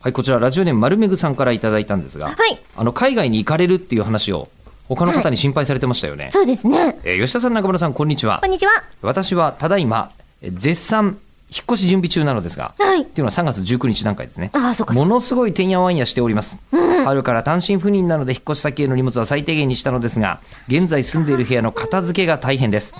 はい、こちらラジオネーム丸めぐさんからいただいたんですが、はいあの海外に行かれるっていう話を他の方に心配されてましたよね、そうですね。えー吉田さん中村さんこんにちはこんにちは。私はただいまえー絶賛引っ越し準備中なのですが、はいっていうのは3月19日段階ですねああ、そうかそうものすごいてんやわんやしております、春から単身赴任なので引っ越し先への荷物は最低限にしたのですが現在住んでいる部屋の片付けが大変です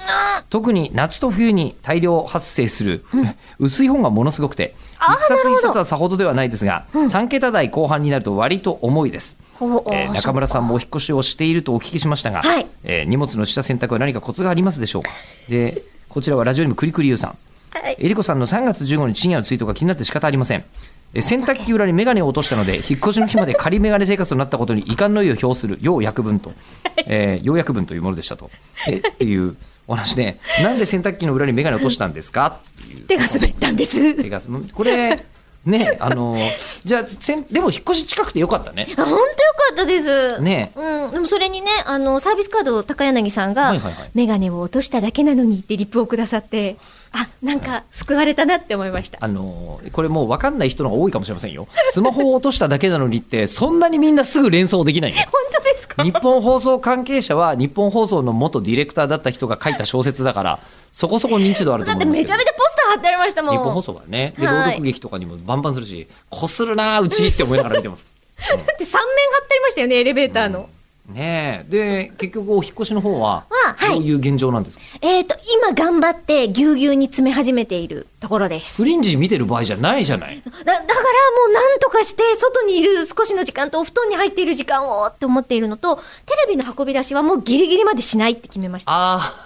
特に夏と冬に大量発生する 薄い本がものすごくてあー一冊なる一ほど冊はさほどではないですが3桁台後半になると割と重いですほうえーあー中村さんもお引っ越しをしているとお聞きしましたが、はいえー荷物の下選択は何かコツがありますでしょうかでこちらはラジオネームくりくりゆうさん、はいえりこさんの3月15日深夜のツイートが気になって仕方ありませんえー洗濯機裏に眼鏡を落としたので引っ越しの日まで仮眼鏡生活となったことに遺憾の意を表する要約文と、えー要約文というものでしたとえっていうお話でなんで洗濯機の裏に眼鏡を落としたんですか手が滑ったんです。っていうかこれねあのじゃあせんでも引っ越し近くてよかったねあ本当よかったです。ねうん、でもそれにね、あの、サービスカードを高柳さんが、はいはいはいメガネを落としただけなのにってリップをくださって、あ、なんか救われたなって思いました。あのーこれもう分かんない人の方が多いかもしれませんよ。スマホを落としただけなのにって、そんなにみんなすぐ連想できないよ。本当ですか日本放送関係者は日本放送の元ディレクターだった人が書いた小説だから、そこそこ認知度あるとだ思っていますけめちどゃめ。ちゃポスター貼ってありましたもん。日本放送はね、で朗はい読劇とかにもバンバンするし、こするなーうちって思いながら見てます。 だって3面貼ってありましたよね、エレベーターの。ねえ、で結局お引っ越しの方はははいどういう現状なんですか。えっ、と、今頑張ってぎゅうぎゅうに詰め始めているところです。フリンジ見てる場合じゃないじゃない。だだからもうなんとかして外にいる少しの時間とお布団に入っている時間をって思っているのとテレビの運び出しはもうギリギリまでしないって決めましたあ あ、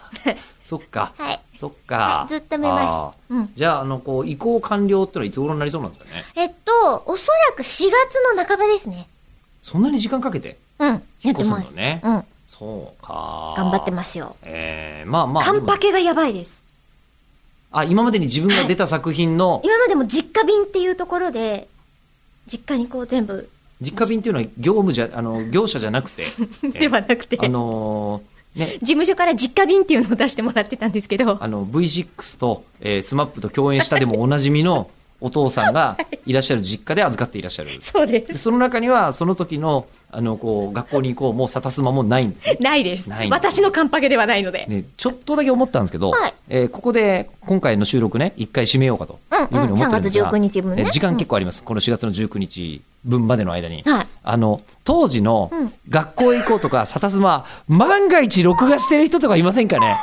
そっか。はいそっか。ずっと見ますあーうんじゃあ、あの、こう、移行完了ってのはいつ頃になりそうなんですかね。えっとおそらく4月の半ばですねそんなに時間かけて。うんやって引っま越すすのねうん頑そうか。張ってす。ますよえー、まあまあ。カンパでもケがやばいですあ、今までに自分が出た作品 の、今までも実家便っていうところで実家にこう全部実家便っていうのは業務じゃ、あの、業者じゃなくて。 ではなくてあ事のーね、務所から実家便っていうのを出してもらってたんですけどあの V6 と、えー、SMAP と共演したでもおなじみ のお父さんがいらっしゃる実家で預かっていらっしゃる。そうでですその中にはその時のあのこう学校に行こうもうサタスマもないんですね。ないですない私のカンパケではないのでね、ちょっとだけ思ったんですけど、はいえーここで今回の収録ね一回締めようかとうんいうふうに思ってるんですが、 3月19日分ねえー時間結構あります、この4月の19日分までの間に、はいあの当時のうん学校へ行こうとか、サタスマ万が一録画してる人とかいませんかねね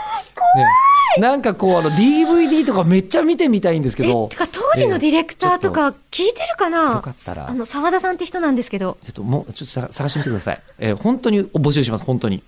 なんかこうあの DVD とかめっちゃ見てみたいんですけえどてか当時のディレクターとか聞いてるかえーな、よかったらあの澤田さんって人なんですけどちょっともうちょっとさ探してみてください、えー本当に募集します本当に